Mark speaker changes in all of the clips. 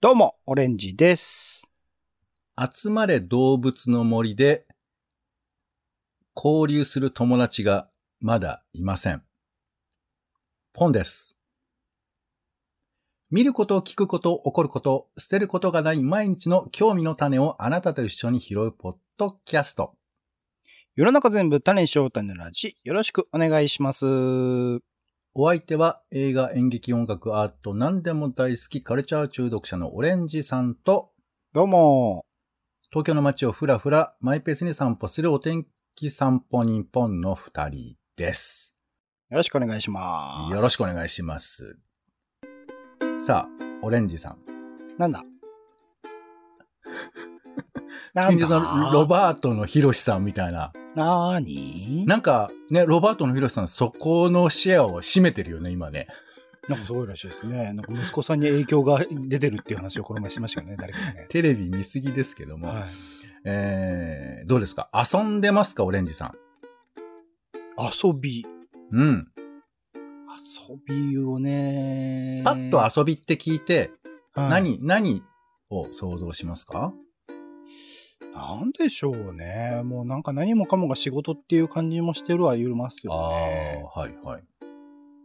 Speaker 1: どうも、オレンジです。
Speaker 2: 集まれ動物の森で交流する友達がまだいません。ポンです。見ること、聞くこと、起こること、捨てることがない毎日の興味の種をあなたと一緒に拾うポッドキャスト。
Speaker 1: 世の中全部種にしよう種のラジ、よろしくお願いします。は
Speaker 2: お相手は映画、演劇、音楽、アート、何でも大好き、カルチャー中毒者のオレンジさんと、
Speaker 1: どうも。
Speaker 2: 東京の街をふらふら、マイペースに散歩するお天気散歩人ポンの二人です。
Speaker 1: よろしくお願いします。
Speaker 2: よろしくお
Speaker 1: い
Speaker 2: 願いします。さあ、オレンジさん。
Speaker 1: なんだな
Speaker 2: 近
Speaker 1: ん
Speaker 2: 日
Speaker 1: だ
Speaker 2: のロバートのヒロシさんみたいな。
Speaker 1: なーにな
Speaker 2: なんかね、ロバートのヒロシさん、そこのシェアを占めてるよね、今ね。
Speaker 1: んかすごいらしいですね。なんか息子さんに影響が出てるっていう話を この前しましたよね、誰かがね。
Speaker 2: テレビ見すぎですけども。
Speaker 1: はい、
Speaker 2: えー、どうですか遊んでますか、オレンジさ
Speaker 1: 遊び。
Speaker 2: ん。うん。
Speaker 1: 遊びをね。
Speaker 2: パッと遊びって聞いて、
Speaker 1: はい
Speaker 2: 何、何を想像しますか
Speaker 1: なんでしょうね。もうなんか何もかもが仕事っていう感じもしてるは言います
Speaker 2: あ
Speaker 1: よ
Speaker 2: あ
Speaker 1: ね。
Speaker 2: ー、はいはい。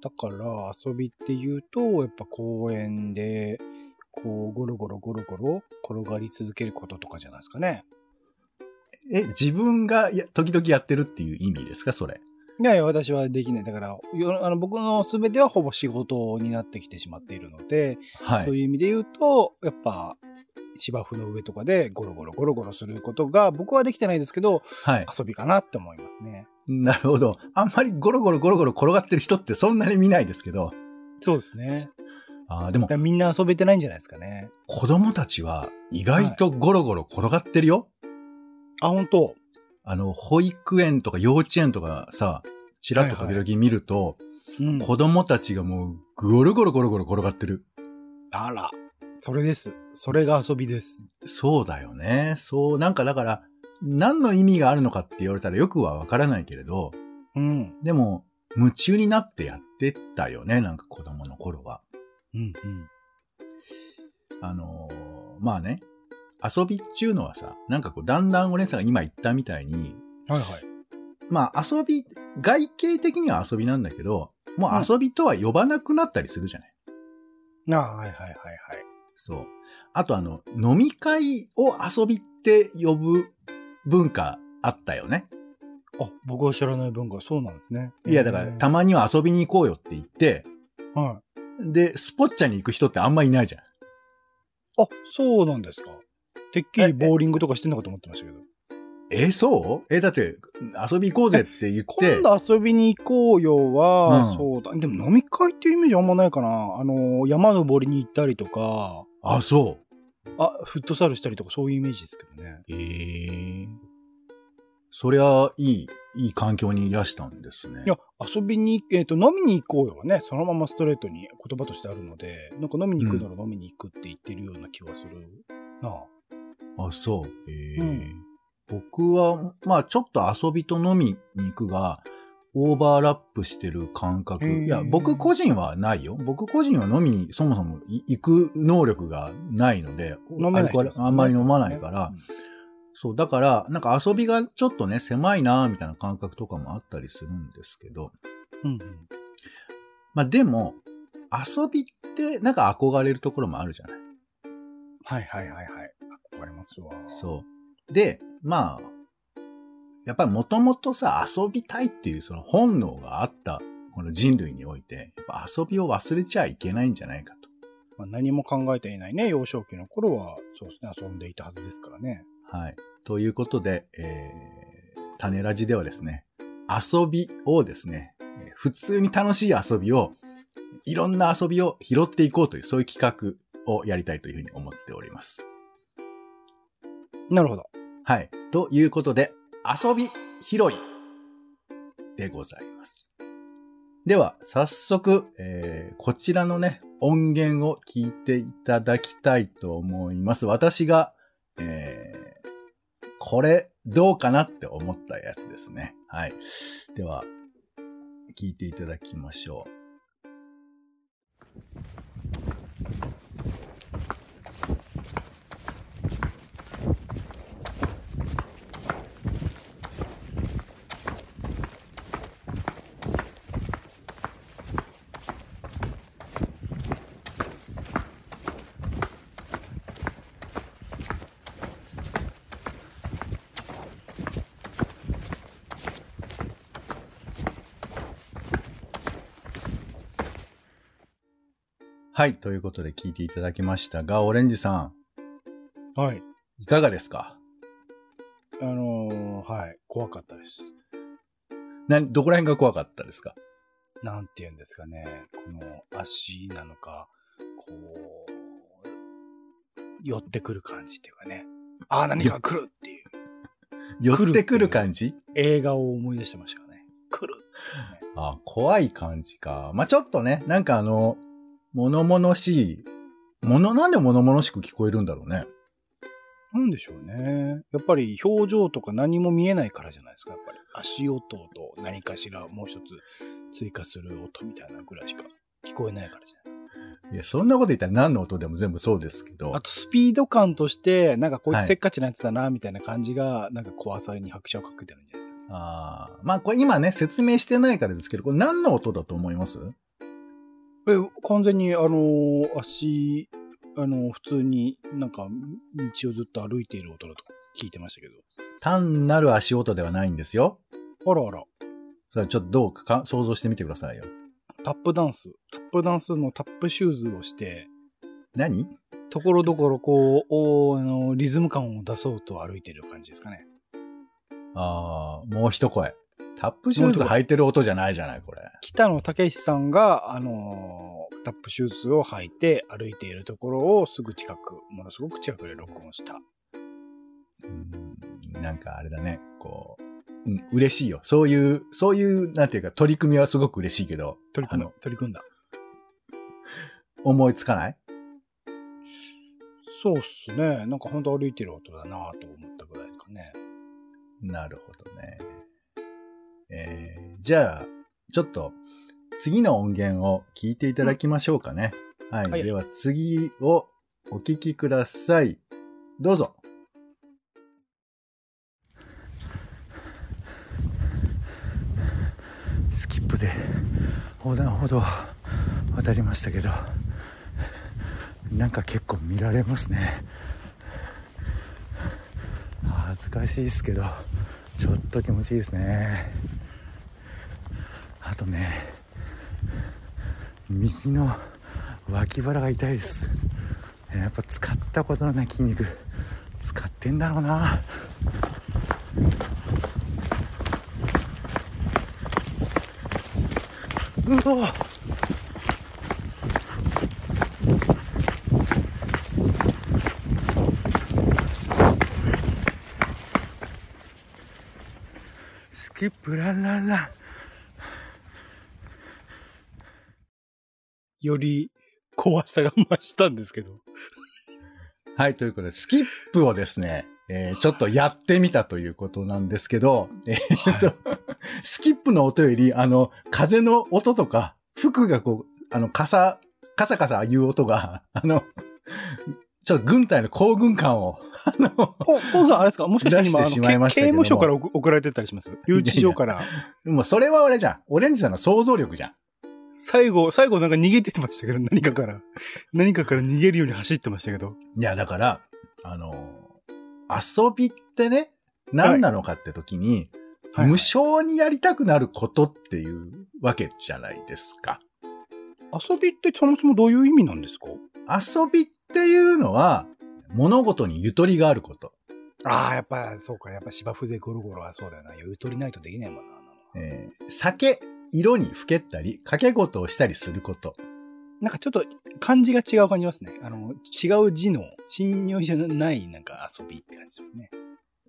Speaker 1: だから遊びっていうと、やっぱ公園で、こう、ゴロゴロゴロゴロ転がり続けることとかじゃないですかね。
Speaker 2: え、自分がや時々やってるっていう意味ですか、それ。
Speaker 1: いやいや、私はできない。だから、よあの僕の全てはほぼ仕事になってきてしまっているので、
Speaker 2: はい。
Speaker 1: そういう意味で言うと、やっぱ、芝生の上とかでゴロゴロゴロゴロすることが僕はできてないですけど
Speaker 2: はい。
Speaker 1: 遊びかなって思いますね。
Speaker 2: なるほど。あんまりゴロゴロゴロゴロ転がってる人ってそんなに見ないですけど。
Speaker 1: そうですね。
Speaker 2: あーでも
Speaker 1: だからみんな遊べてないんじゃないですかね。
Speaker 2: 子供たちは意外とゴロゴロ転がってるよ。
Speaker 1: あ、本当
Speaker 2: あの、保育園とか幼稚園とかさ、ちらっと
Speaker 1: は
Speaker 2: 時
Speaker 1: いはい
Speaker 2: 々見ると、
Speaker 1: うん。
Speaker 2: 子供たちがもうゴロゴロゴロゴロ転がってる。
Speaker 1: あら。それです。それが遊びです。
Speaker 2: そうだよね。そう、なんかだから、何の意味があるのかって言われたらよくはわからないけれど、
Speaker 1: うん。
Speaker 2: でも、夢中になってやってたよね。なんか子供の頃は。
Speaker 1: うん、
Speaker 2: あのーまあね、遊びっちゅうのはさ、なんかこう、だんだんお姉さんが今言ったみたいに、
Speaker 1: はいはい。
Speaker 2: まあ遊び、外形的には遊びなんだけど、もう
Speaker 1: うん
Speaker 2: 遊びとは呼ばなくなったりするじゃない。
Speaker 1: あはいはいはいはい。
Speaker 2: そう。あとあの、飲み会を遊びって呼ぶ文化あったよね。
Speaker 1: あ、僕は知らない文化、そうなんですね。
Speaker 2: いや、だから、たまには遊びに行こうよって言って、
Speaker 1: ま、はい。
Speaker 2: で、スポッチャに行く人ってあんまいないじゃん。
Speaker 1: あ、そうなんですか。てっきりボーリングとかしてんのかと思ってましたけど。
Speaker 2: え、そうえ、だって、遊び行こうぜって言って
Speaker 1: 今、度遊びに行こうよは、
Speaker 2: うん
Speaker 1: そうだ。でも飲み会っていうイメージあんまないかな。あの、山登りに行ったりとか、
Speaker 2: あ、そう。
Speaker 1: あ、フットサルしたりとかそういうイメージですけどね。
Speaker 2: ええそりゃ、いい、いい環境にいらしたんですね。
Speaker 1: いや、遊びに、えっ、と、飲みに行こうよはね、そのままストレートに言葉としてあるので、なんか飲みに行くなら飲みに行くって言ってるような気はするなあ。
Speaker 2: あ、そう。ええ
Speaker 1: うん
Speaker 2: 僕は、まあ、ちょっと遊びと飲みに行くが、オーバーラップしてる感覚。
Speaker 1: へえ
Speaker 2: いや、僕個人はないよ。僕個人は飲みにそもそもい行く能力がないので、
Speaker 1: 飲めない人
Speaker 2: アルコール
Speaker 1: ですもね
Speaker 2: あんまり飲まないから、
Speaker 1: うん
Speaker 2: そう、だから、なんか遊びがちょっとね、狭いなみたいな感覚とかもあったりするんですけど、
Speaker 1: うんうん。
Speaker 2: まあでも、遊びってなんか憧れるところもあるじゃない。
Speaker 1: はいはいはいはい。憧れますわ。
Speaker 2: そう。で、まあ、やっぱりもともとさ、遊びたいっていうその本能があった、この人類において、やっぱ遊びを忘れちゃいけないんじゃないか
Speaker 1: まあ、何も考えていないね、幼少期の頃は、そうですね、遊んでいたはずですからね。
Speaker 2: と。はい。ということで、えー、種ラジではですね、遊びをですね、えー普通に楽しい遊びを、いろんな遊びを拾っていこうという、そういう企画をやりたいというふうに思っております。
Speaker 1: なるほど。
Speaker 2: はい。ということで、遊び拾いでございます。では、早速、えーこちらのね、音源を聞いていただきたいと思います。私が、えーこれ、どうかなって思ったやつですね。はい。では、聞いていただきましょう。はい、ということで聞いていただきましたが、オレンジさ
Speaker 1: はい。
Speaker 2: ん、いかがですか
Speaker 1: あのーはい。怖かったです。
Speaker 2: などこら辺が怖かったですか
Speaker 1: なんて言うんですかね。この足なのか、こう、寄ってくる感じっていうかね。ああ、何か来るっていう
Speaker 2: 寄
Speaker 1: る
Speaker 2: ってくる感じ
Speaker 1: 映画を思い出してましたよね。来る。
Speaker 2: あ、怖い感じか。まあ、ちょっとね、なんかあの、物々しい、もの、なんで物々しく聞こえるんだろうね。
Speaker 1: なんでしょうね。やっぱり表情とか何も見えないからじゃないですか。やっぱり足音と何かしらもう一つ追加する音みたいなぐらいしか聞こえないからじゃないです
Speaker 2: いや、そんなこと言ったら何の音でも全部そうですけど
Speaker 1: か。あ、とスピード感として、なんかこい
Speaker 2: は
Speaker 1: つ
Speaker 2: い
Speaker 1: せっかちなやつだな、みたいな感じが、なんか怖さに拍車をかけてるんじゃないですか。
Speaker 2: あーまあ、これ今ね、説明してないからですけど、これ何の音だと思います
Speaker 1: え、完全に、あのー足、あのー普通になんか、道をずっと歩いている音だと聞いてましたけど。
Speaker 2: 単なる足音ではないんですよ。
Speaker 1: あらあら、
Speaker 2: それはちょっとどうかか想像してみてくださいよ。
Speaker 1: タップダンス、タップダンスのタップシューズをして、
Speaker 2: 何
Speaker 1: ところどころこう、おーあのーリズム感を出そうと歩いている感じですかね。
Speaker 2: ああ、もう一声。タップシューズ履いてる音じゃないじゃない、これ。
Speaker 1: 北野武さんが、あのータップシューズを履いて歩いているところをすぐ近く、ものすごく近くで録音した。
Speaker 2: うんなんかあれだね、こう、うん、嬉しいよ。そういう、そういう、なんていうか、取り組みはすごく嬉しいけど、
Speaker 1: 取り組
Speaker 2: あ
Speaker 1: む、取り組んだ。
Speaker 2: の思いつかない
Speaker 1: そうっすね。なんか本当歩いてる音だなと思ったぐらいですかね。
Speaker 2: なるほどね。えー、じゃあ、ちょっと、次の音源を聞いていただきましょうかね。はい、
Speaker 1: はい
Speaker 2: では、次をお聞きください。どうぞ。
Speaker 3: スキップで横断歩道を渡りましたけどなんか結構見られますね恥ずかしいですけどちょっと気持ちいいですねあとね右の脇腹が痛いですやっぱ使ったことのない筋肉使ってんだろうなうわスキップランランラン
Speaker 1: より怖さが増したんです けど。
Speaker 2: はい、ということで、スキップをですね、えーちょっとやってみたということなんですけど、えーっと、スキップの音より、あの、風の音とか、服がこう、あの、カサ、カサカサいう音が、あの、ちょっと軍隊の行軍感を、あの、
Speaker 1: お、おさんあれですかもしかして今、
Speaker 2: 出してしま
Speaker 1: あ
Speaker 2: い
Speaker 1: の
Speaker 2: ま
Speaker 1: け
Speaker 2: した
Speaker 1: 刑
Speaker 2: けども
Speaker 1: 務所から送送られてったりします留置場から。
Speaker 2: もうそれはあれじゃん。オレンジさんの想像力じゃん。
Speaker 1: 最後、最後なんか逃げてってましたけど、何かから。何かから逃げるように走ってましたけど。
Speaker 2: いや、だから、あの、遊びってね、何なのかって時に、
Speaker 1: はいはい
Speaker 2: 無償にやりたくなることっていうわけじゃないですか。
Speaker 1: 遊びってそもそもどういう意味なんですか
Speaker 2: 遊びっていうのは、物事にゆとりがあること。
Speaker 1: ああ、やっぱ、そうか。やっぱ芝生でゴロゴロはそうだよな。ゆとりないとできないもんな。
Speaker 2: えー酒、色にふけったり、掛け事をしたりすること。
Speaker 1: なんかちょっと漢字が違う感じますね。あの、違う字の信用じゃないなんか遊びって感じですね。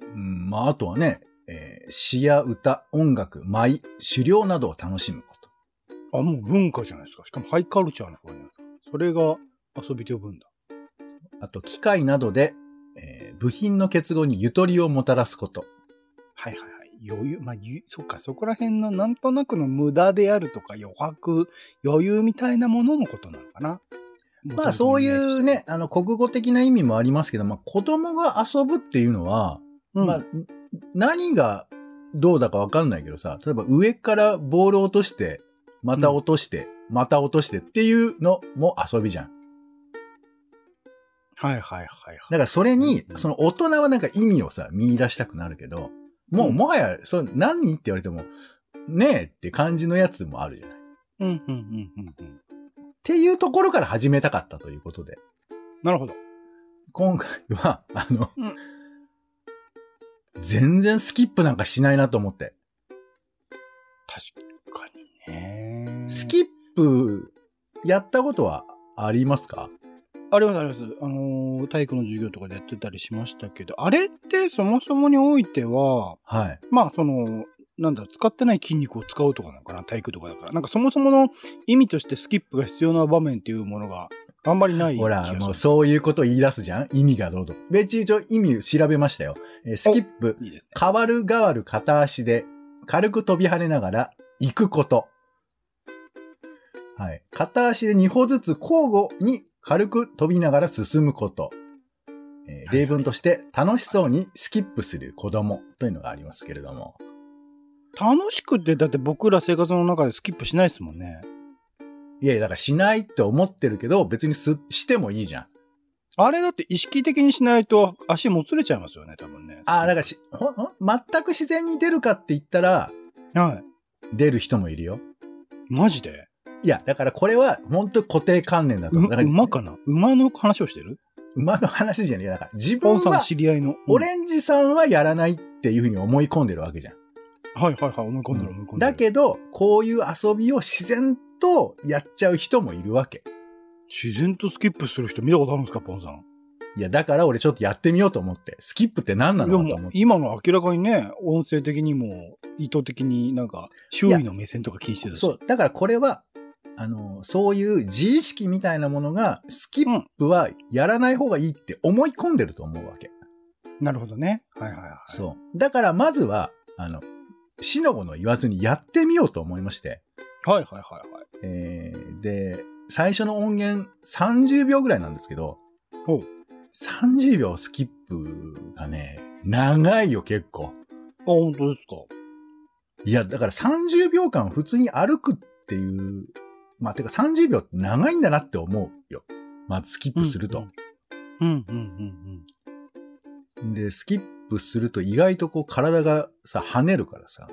Speaker 2: うん、まあ、あとはね、えー詩や歌、音楽、舞、狩猟などを楽しむこと。
Speaker 1: あ、もう文化じゃないですか。しかもハイカルチャーの方じゃないですか。それが遊びと呼ぶんだ。
Speaker 2: あと、機械などで、えー部品の結合にゆとりをもたらすこと。
Speaker 1: はいはいはい。余裕、まあ、ゆそっか、そこら辺のなんとなくの無駄であるとか余白、余裕みたいなもののことなのかな。
Speaker 2: まあそういうね、、あの国語的な意味もありますけど、まあ子供が遊ぶっていうのは、
Speaker 1: うん、
Speaker 2: まあん何がどうだかわかんないけどさ、例えば上からボールを落として、また落として、また落としてっていうのも遊びじゃん。
Speaker 1: はいはいはい
Speaker 2: だ
Speaker 1: はい。
Speaker 2: からそれに
Speaker 1: う、ん
Speaker 2: その大人はなんか意味をさ、見出したくなるけど、もう
Speaker 1: うん
Speaker 2: もはや、そう何って言われても、ねえって感じのやつもあるじゃない。
Speaker 1: うんうんうんうんうん。
Speaker 2: っていうところから始めたかったということで、
Speaker 1: なるほど。
Speaker 2: 今回は、あの、
Speaker 1: うん
Speaker 2: 全然スキップなんかしないなと思って。
Speaker 1: 確かにね。
Speaker 2: スキップ、やったことはありますか
Speaker 1: ありますあります。あのー体育の授業とかでやってたりしましたけど、あれってそもそもにおいては、
Speaker 2: はい。
Speaker 1: まあその、なんだ、使ってない筋肉を使うとかなのかな、体育とかだから。なんかそもそもの意味としてスキップが必要な場面っていうものがあんまりない気
Speaker 2: ほ
Speaker 1: が
Speaker 2: ら、
Speaker 1: する。
Speaker 2: もうそういうこと言い出すじゃん意味がどうぞ。別に一応意味を調べましたよ。えースキップ、
Speaker 1: いいですね。
Speaker 2: 変わる変わる片足で軽く飛び跳ねながら行くこと。はい。片足で2歩ずつ交互に軽く飛びながら進むこと。えー例文として楽しそうにスキップする子供というのがありますけれども。
Speaker 1: 楽しくって、だって僕ら生活の中でスキップしないですもんね。
Speaker 2: いやいや、だからしないって思ってるけど、別にす、してもいいじゃん。
Speaker 1: あれだって意識的にしないと足もつれちゃいますよね、多分ね。
Speaker 2: ああ、だからし、ほん、ほん、全く自然に出るかって言ったら、
Speaker 1: はい。
Speaker 2: 出る人もいるよ。
Speaker 1: マジで
Speaker 2: いや、だからこれは本当に固定観念だと
Speaker 1: う
Speaker 2: 思う。だら
Speaker 1: 馬かな馬の話をしてる
Speaker 2: 馬の話じゃねえ。だから自
Speaker 1: ポ
Speaker 2: 分
Speaker 1: ンさんの
Speaker 2: は、
Speaker 1: 知り合いの。
Speaker 2: オレンジさんはやらないっていうふうに思い込んでるわけじゃん。
Speaker 1: はいはいはい、思い込んでる思い込んでる。
Speaker 2: だけど、こういう遊びを自然とやっちゃう人もいるわけ。
Speaker 1: 自然とスキップする人見たことあるんですか、ポンさん。
Speaker 2: いや、だから俺ちょっとやってみようと思って。スキップって何な
Speaker 1: で
Speaker 2: のかと思
Speaker 1: も
Speaker 2: って。
Speaker 1: 今の明らかにね、音声的にも意図的になんか周囲の目線とか気にしてたし
Speaker 2: そう。だからこれは、あの、そういう自意識みたいなものが、スキップはやらない方がいいって思い込んでると思うわけ。
Speaker 1: なるほどね。はいはいはい。
Speaker 2: そう。だからまずは、あの、死の子の言わずにやってみようと思いまして。
Speaker 1: はいはいはいはい。
Speaker 2: えーで、最初の音源30秒ぐらいなんですけど、
Speaker 1: おう
Speaker 2: 30秒スキップがね、長いよ結構。
Speaker 1: あ、本当ですか。
Speaker 2: いや、だから30秒間普通に歩くっていう、まあ、てか30秒って長いんだなって思うよ。まずスキップすると。
Speaker 1: うんうんうん
Speaker 2: で、スキップすると意外とこう体がさ、跳ねるからさ、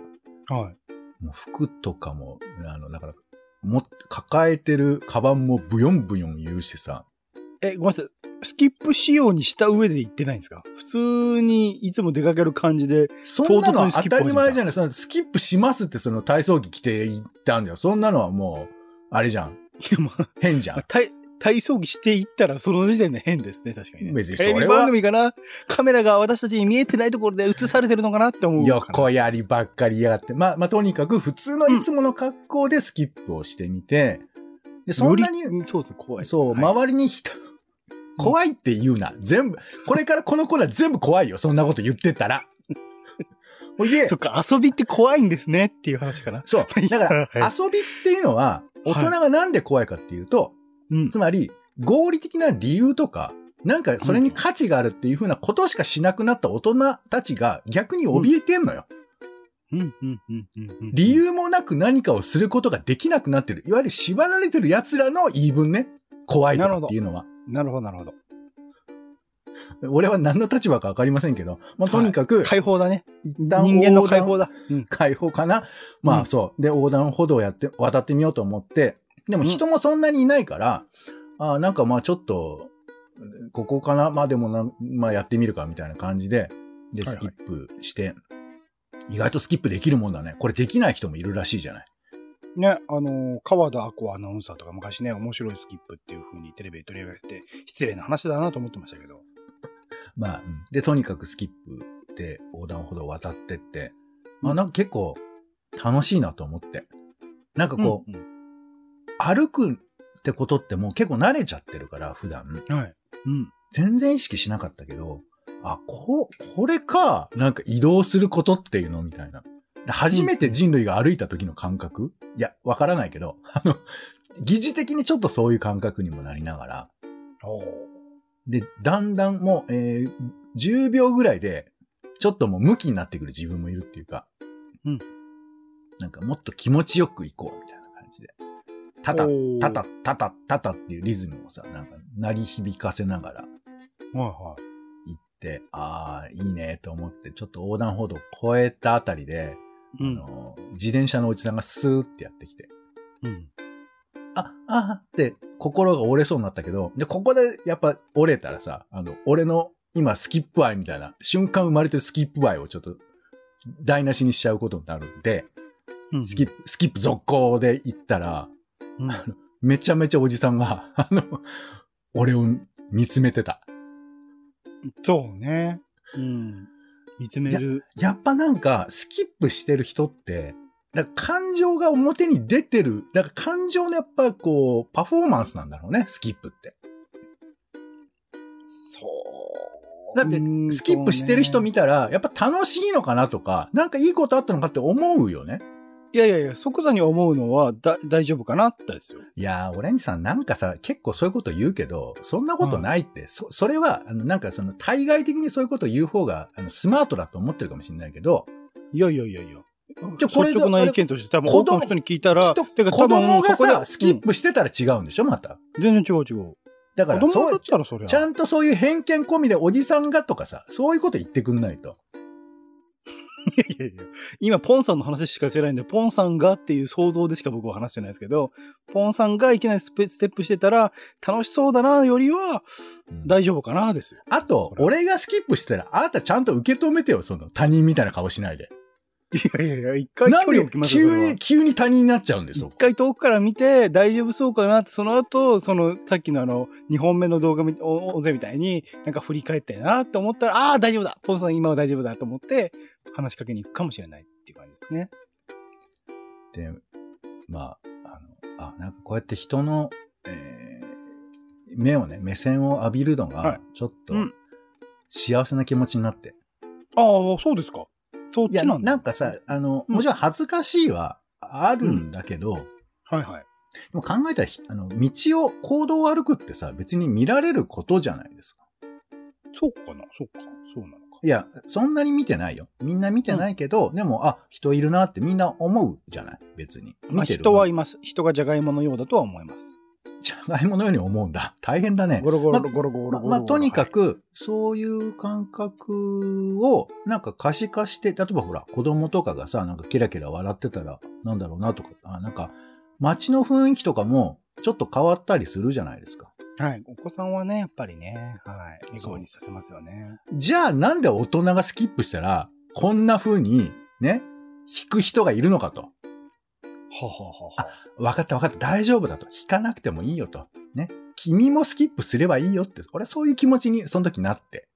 Speaker 1: うん。はい。
Speaker 2: もう服とかも、あの、だから、も、抱えてるカバンもブヨンブヨン言うしさ、
Speaker 1: え、ごめんなさい。スキップ仕様にした上で行ってないんですか普通にいつも出かける感じで。
Speaker 2: そん
Speaker 1: 唐
Speaker 2: な
Speaker 1: 突
Speaker 2: の
Speaker 1: にス
Speaker 2: 当
Speaker 1: キップ
Speaker 2: たり前じゃない。そのスキップしますってその体操着着ていったんじゃん。そんなのはもう、あれじゃん。
Speaker 1: いや、まあ、
Speaker 2: 変じゃ
Speaker 1: まあ
Speaker 2: ん。
Speaker 1: 体体操着していったらその時点で変ですね、確かにね。
Speaker 2: 別にそ
Speaker 1: テ
Speaker 2: れは
Speaker 1: レビ番組かなカメラが私たちに見えてないところで映されてるのかなって思うかな。
Speaker 2: 横やりばっかりやがって。まあ、まあ、とにかく普通のいつもの格好でスキップをしてみて、で、そ
Speaker 1: よ
Speaker 2: ん
Speaker 1: り
Speaker 2: なに、
Speaker 1: そうですね、怖い。
Speaker 2: そう、
Speaker 1: はい
Speaker 2: 周りに人、怖いって言うな。全部、これからこの子ら全部怖いよ。そんなこと言ってた ら。ほいで、
Speaker 1: そっか、遊びって怖いんですねっていう話かな。
Speaker 2: そう。だから、
Speaker 1: はい
Speaker 2: 遊びっていうのは、大人がなんで怖いかっていうと、
Speaker 1: うん
Speaker 2: つまり、合理的な理由とか、なんかそれに価値があるっていうふうなことしかしなくなった大人たちが逆に怯えてんのよ。
Speaker 1: うん、うん、うん、うん。
Speaker 2: 理由もなく何かをすることができなくなってる。いわゆる縛られてる奴らの言い分ね。怖いとかっていうのは。
Speaker 1: なるほど、なるほど。
Speaker 2: 俺は何の立場かわかりませんけど、まあ、とにかく、
Speaker 1: 解放だね。
Speaker 2: 一旦
Speaker 1: 人間の
Speaker 2: 横
Speaker 1: 解
Speaker 2: 断
Speaker 1: 放だ。うん。
Speaker 2: 解放かな。ま
Speaker 1: う
Speaker 2: あ
Speaker 1: ん
Speaker 2: そう。で、横断歩道をやって、渡ってみようと思って、でも
Speaker 1: うん
Speaker 2: 人もそんなにいないから、ああ、なんかまあちょっと、ここかなまあでもな、まあやってみるかみたいな感じで、で、
Speaker 1: はいはい
Speaker 2: スキップして、意外とスキップできるもんだね。これできない人もいるらしいじゃない。
Speaker 1: ね、あのー、川田アコアナウンサーとか昔ね、面白いスキップっていう風にテレビで取り上げて、失礼な話だなと思ってましたけど。
Speaker 2: まあ、うんで、とにかくスキップで横断歩道を渡ってって、まあなんか結構楽しいなと思って。なんかこう、
Speaker 1: うん
Speaker 2: 歩くってことってもう結構慣れちゃってるから、普段。
Speaker 1: うんはい。うん。
Speaker 2: 全然意識しなかったけど、あ、こ、これか、なんか移動することっていうのみたいな。で初めて人類が歩いた時の感覚、いや、わからないけど、あの、疑似的にちょっとそういう感覚にもなりながら、
Speaker 1: おー
Speaker 2: で、だんだんもう、えー10秒ぐらいで、ちょっともう向きになってくる自分もいるっていうか、
Speaker 1: うん。
Speaker 2: なんかもっと気持ちよく行こうみたいな感じで。たた
Speaker 1: お、ー
Speaker 2: たた、たた、たたっていうリズムをさ、なんか鳴り響かせながら、
Speaker 1: は
Speaker 2: 行って、ああ、いいねと思って、ちょっと横断歩道を越えたあたりで、
Speaker 1: いはい。うん
Speaker 2: あの、自転車のおじさんがスーってやってきて、
Speaker 1: うん。
Speaker 2: あ、あって心が折れそうになったけど、で、ここでやっぱ折れたらさ、あの、俺の今スキップ愛みたいな、瞬間生まれてるスキップ愛をちょっと台無しにしちゃうことになるんで、
Speaker 1: うん
Speaker 2: スキップ、スキップ続行で行ったら、
Speaker 1: うん
Speaker 2: めちゃめちゃおじさんが、あの、俺を見つめてた。
Speaker 1: そうね。うん。見つめる。
Speaker 2: やっぱなんか、スキップしてる人って、なんか感情が表に出てる、なんか感情のやっぱこう、パフォーマンスなんだろうね、スキップって。
Speaker 1: そう。
Speaker 2: だって
Speaker 1: うーん、
Speaker 2: スキップしてる人見
Speaker 1: そ
Speaker 2: たら、やっぱ楽しいのかなとか、なんかいいことあったのかって思うよね。
Speaker 1: うねいやいやいや、即座に思うのはだ大丈夫かなってですよ。
Speaker 2: いやー、オレンジさんなんかさ、結構そういうこと言うけど、そんなことないって、そ、それは、あの、なんかその、対外的にそういうこと言う方が、あの、スマートだと思ってるかもしれないけど、
Speaker 1: いやいやいやいや。
Speaker 2: じゃあこれ
Speaker 1: 率直な意見として多分多くの人に聞いたら、
Speaker 2: きっと
Speaker 1: てか
Speaker 2: 子
Speaker 1: 多分
Speaker 2: 供が
Speaker 1: そこ
Speaker 2: さ、
Speaker 1: で
Speaker 2: スキップしてたら違うんでしょ、また。
Speaker 1: うん全然違う違う。
Speaker 2: だか
Speaker 1: 子
Speaker 2: ら、
Speaker 1: 供
Speaker 2: そ
Speaker 1: だっ
Speaker 2: う、
Speaker 1: たらそれ
Speaker 2: ち ゃ
Speaker 1: は。
Speaker 2: んとそういう偏見込みでおじさんがとかさ、そういうこと言ってくんないと。
Speaker 1: いやいやいや今、ポンさんの話しかしてないんで、ポンさんがっていう想像でしか僕は話してないですけど、ポンさんがいきなりスペステップしてたら、楽しそうだなよりは、大丈夫かなですよ。
Speaker 2: あと、俺がスキップしてたら、あなたちゃんと受け止めてよ、その他人みたいな顔しないで。
Speaker 1: いやいやいや、一回距
Speaker 2: なん
Speaker 1: 離を
Speaker 2: で
Speaker 1: 置きますよ。そ
Speaker 2: 急
Speaker 1: れは
Speaker 2: に、急に他人になっちゃうんですよ
Speaker 1: 一。回遠くから見て大丈夫そうかなって、その後、そのさっきのあの、2本目の動画み、お音声みたいになんか振り返ってなって思ったら、ああー、大丈夫だポンさん今は大丈夫だと思って、話しかけに行くかもしれないっていう感じですね。
Speaker 2: で、まあ、あの、あ、なんかこうやって人の、えー目をね、目線を浴びるの
Speaker 1: は
Speaker 2: が
Speaker 1: い、
Speaker 2: ちょっと
Speaker 1: うん、
Speaker 2: 幸せな気持ちになって。
Speaker 1: ああ、そうですか。そっ
Speaker 2: いや、
Speaker 1: ちなんだ。
Speaker 2: なんかさ、あの、
Speaker 1: うん
Speaker 2: もちろん恥ずかしいはあるんだけど、で
Speaker 1: はいはい。
Speaker 2: も考えたらひ、あの、道を、行動を歩くってさ、別に見られることじゃないですか。
Speaker 1: そうかなそうか。そうなのか。
Speaker 2: いや、そんなに見てないよ。みんな見てないけど、でも、あ、人いるなってみんな思うじゃない別に。
Speaker 1: まあ
Speaker 2: 見てる
Speaker 1: 人はいます。人がじゃがいものようだとは思います。
Speaker 2: じゃがいものように思うんだ。 大変だね。
Speaker 1: ゴロゴロ
Speaker 2: ま
Speaker 1: ゴロゴロゴロゴ
Speaker 2: ま
Speaker 1: ロ。
Speaker 2: まあ、とにかく、そういう感覚を、なんか可視化して、例えばほら、子供とかがさ、なんかキラキラ笑ってたら、なんだろうなとか、あなんか、街の雰囲気とかも、ちょっと変わったりするじゃないですか。
Speaker 1: はい。はい。お子さんはね、やっぱりね、はい。笑
Speaker 2: そう
Speaker 1: 顔にさせますよね。
Speaker 2: じゃあ、なんで大人がスキップしたら、こんな風に、ね、引く人がいるのかと。
Speaker 1: はははは。
Speaker 2: 分かった分かった、大丈夫だと。引かなくてもいいよと。ね。君もスキップすればいいよって、俺はそういう気持ちに、その時なって。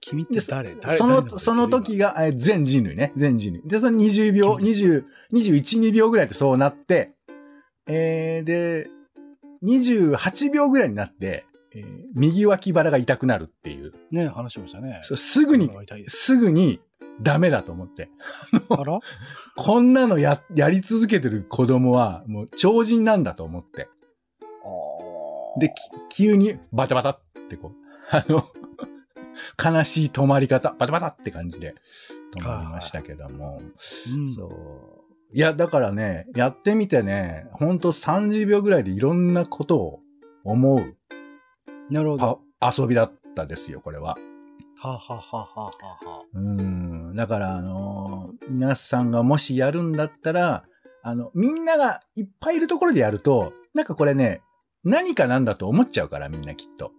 Speaker 1: 君って
Speaker 2: で、そ
Speaker 1: 誰誰
Speaker 2: そ
Speaker 1: 誰こと
Speaker 2: の、その
Speaker 1: 言ってる今
Speaker 2: 時が、えー全人類ね。全人類。で、その20秒、20、21、2秒ぐらいでそうなって、えー、で、28秒ぐらいになって、えー右脇腹が痛くなるっていう。
Speaker 1: ね、話しましたね。
Speaker 2: そうすぐに
Speaker 1: お、腹が痛いです
Speaker 2: すぐに、ダメだと思って。
Speaker 1: あら
Speaker 2: こんなのや、やり続けてる子供は、もう超人なんだと思って。で、き急にバタバタってこう、あ の、悲しい止まり方、バタバタって感じで止まりましたけども。
Speaker 1: うん
Speaker 2: そう。いや、だからね、やってみてね、ほんと30秒ぐらいでいろんなことを思う
Speaker 1: なるほど。は
Speaker 2: パ遊びだったですよ、これは。
Speaker 1: ははははは。
Speaker 2: うん。だから、あのー皆さんがもしやるんだったら、あの、みんながいっぱいいるところでやると、なんかこれね、何かなんだと思っちゃうから、みんなきっと。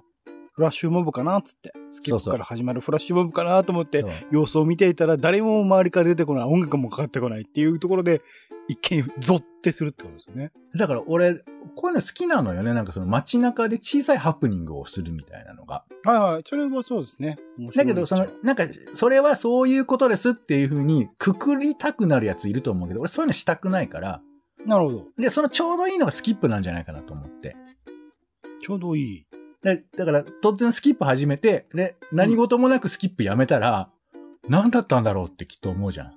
Speaker 1: フラッシュモブかなっつって。スキップから始まるフラッシュモブかなと思って
Speaker 2: そう、
Speaker 1: 様子を見ていたら誰も周りから出てこない、音楽もかかってこないっていうところで、一見ゾッてするってことですよね。
Speaker 2: だから俺、こういうの好きなのよね。なんかその街中で小さいハプニングをするみたいなのが。
Speaker 1: はいはい。それはそうですね。面白
Speaker 2: だ
Speaker 1: い
Speaker 2: けど、その、なんか、それはそういうことですっていうふうにくくりたくなるやついると思うけど、俺そういうのしたくないから、
Speaker 1: なるほど。
Speaker 2: で、そのちょうどいいのがスキップなんじゃないかなと思って。
Speaker 1: ちょうどいい。
Speaker 2: でだから、突然スキップ始めて、で、何事もなくスキップやめたら、何だったんだろうってきっと思うじゃん。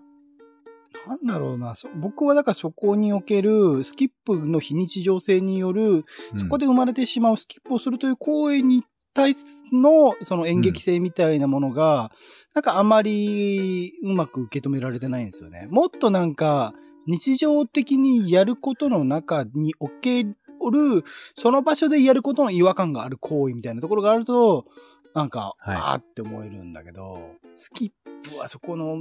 Speaker 1: なんだろうな。そ僕はだからそこにおける、スキップの非日常性による、そこ
Speaker 2: で、
Speaker 1: で生まれてしまうスキップをするという行為に対すのその演劇性みたいなものが、なんかあまりうまく受け止められてないんですよね。もっとなんか日常的にやることの中における、その場所でやることの違和感がある行為みたいなところがあると、なんか、
Speaker 2: はい
Speaker 1: あーって思えるんだけど、スキップはそこの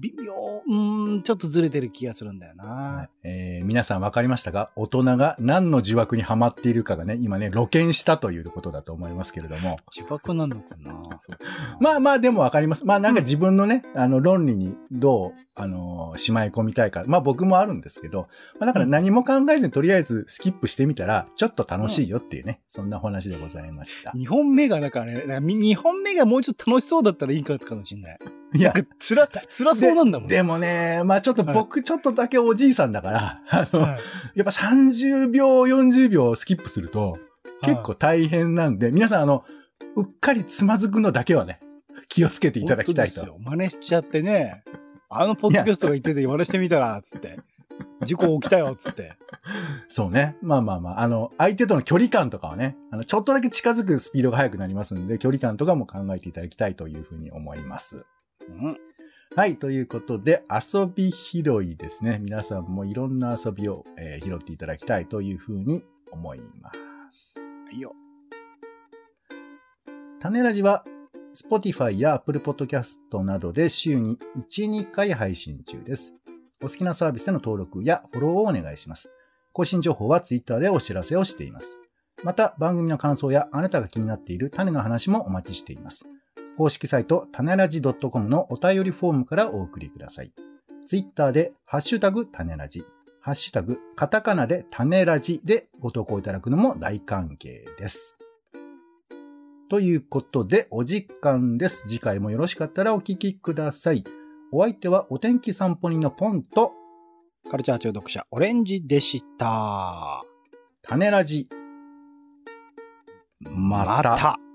Speaker 1: 微妙、うーん、ちょっとずれてる気がするんだよな。
Speaker 2: はいえー皆さん分かりましたか大人が何の呪縛にはまっているかがね、今ね、露見したということだと思いますけれども。
Speaker 1: 自爆なのかなそうかな
Speaker 2: まあまあ、でも分かります。まあなんか自分のね、あの、論理にどう、あのーしまい込みたいか。まあ僕もあるんですけど、まあだから何も考えずにとりあえずスキップしてみたら、ちょっと楽しいよっていうね、そんなお話でございました。
Speaker 1: 二本目がなんかね、なんかみ二本目がもうちょっと楽しそうだったらいいかかもしんない。
Speaker 2: いや
Speaker 1: なんか辛、辛そうなんだもん。
Speaker 2: でもね、まあちょっと僕ちょっとだけおじいさんだから、あの、
Speaker 1: はい
Speaker 2: やっぱ30秒、40秒スキップすると、結構大変なんで、皆さんあの、うっかりつまずくのだけはね、気をつけていただきたい
Speaker 1: 本当です
Speaker 2: と。
Speaker 1: よ。真似しちゃってね、あのポッドキャストが言ってて真似してみたら、つって。事故起きたよ、つって。
Speaker 2: そうね。まあまあまあ、あの、相手との距離感とかはね、あの、ちょっとだけ近づくスピードが速くなりますんで、距離感とかも考えていただきたいというふうに思います。
Speaker 1: うん。
Speaker 2: はい、ということで、遊び拾いですね。皆さんもいろんな遊びを、えー拾っていただきたいというふうに思います。
Speaker 1: いいよ。
Speaker 2: タネラジは、Spotify や Apple Podcast などで週に1、2回配信中です。お好きなサービスでの登録やフォローをお願いします。更新情報は Twitter でお知らせをしています。また、番組の感想やあなたが気になっている種の話もお待ちしています。公式サイト、種ラジ .com のお便りフォームからお送りください。Twitter で、ハッシュタグ、種ラジ、ハッシュタグ、カタカナで種ラジでご投稿いただくのも大歓迎です。ということで、お時間です。次回もよろしかったらお聞きください。お相手はお天気散歩人のポンと、
Speaker 1: カルチャー中毒者、オレンジでした。
Speaker 2: 種ラジ。ま
Speaker 1: ま
Speaker 2: た。
Speaker 1: た